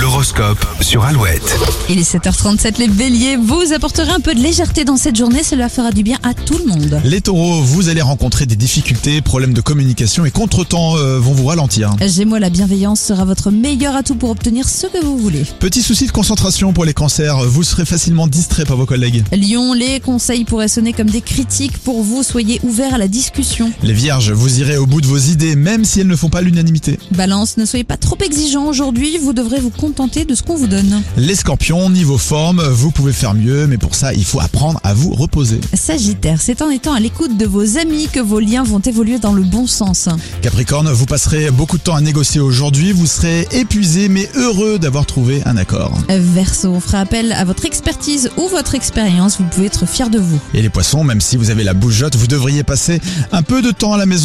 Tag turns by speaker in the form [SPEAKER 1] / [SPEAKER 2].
[SPEAKER 1] L'horoscope sur Alouette.
[SPEAKER 2] Il est 7h37, les béliers, vous apporterez un peu de légèreté dans cette journée, cela fera du bien à tout le monde.
[SPEAKER 3] Les taureaux, vous allez rencontrer des difficultés, problèmes de communication et contretemps euh, vont vous ralentir.
[SPEAKER 2] Gémeaux, la bienveillance sera votre meilleur atout pour obtenir ce que vous voulez.
[SPEAKER 3] Petit souci de concentration pour les cancers, vous serez facilement distrait par vos collègues.
[SPEAKER 2] Lyon, les conseils pourraient sonner comme des critiques pour vous, soyez ouverts à la discussion.
[SPEAKER 3] Les vierges, vous irez au bout de vos idées même si elles ne font pas l'unanimité.
[SPEAKER 2] Balance, ne soyez pas trop exigeant aujourd'hui, vous devrez vous contenter de ce qu'on vous donne.
[SPEAKER 3] Les scorpions, niveau forme, vous pouvez faire mieux mais pour ça il faut apprendre à vous reposer.
[SPEAKER 2] Sagittaire, c'est en étant à l'écoute de vos amis que vos liens vont évoluer dans le bon sens.
[SPEAKER 3] Capricorne, vous passerez beaucoup de temps à négocier aujourd'hui, vous serez épuisé mais heureux d'avoir trouvé un accord.
[SPEAKER 2] Verseau, on fera appel à votre expertise ou votre expérience, vous pouvez être fier de vous.
[SPEAKER 3] Et les poissons, même si vous avez la bougeotte, vous devriez passer un peu de temps à la maison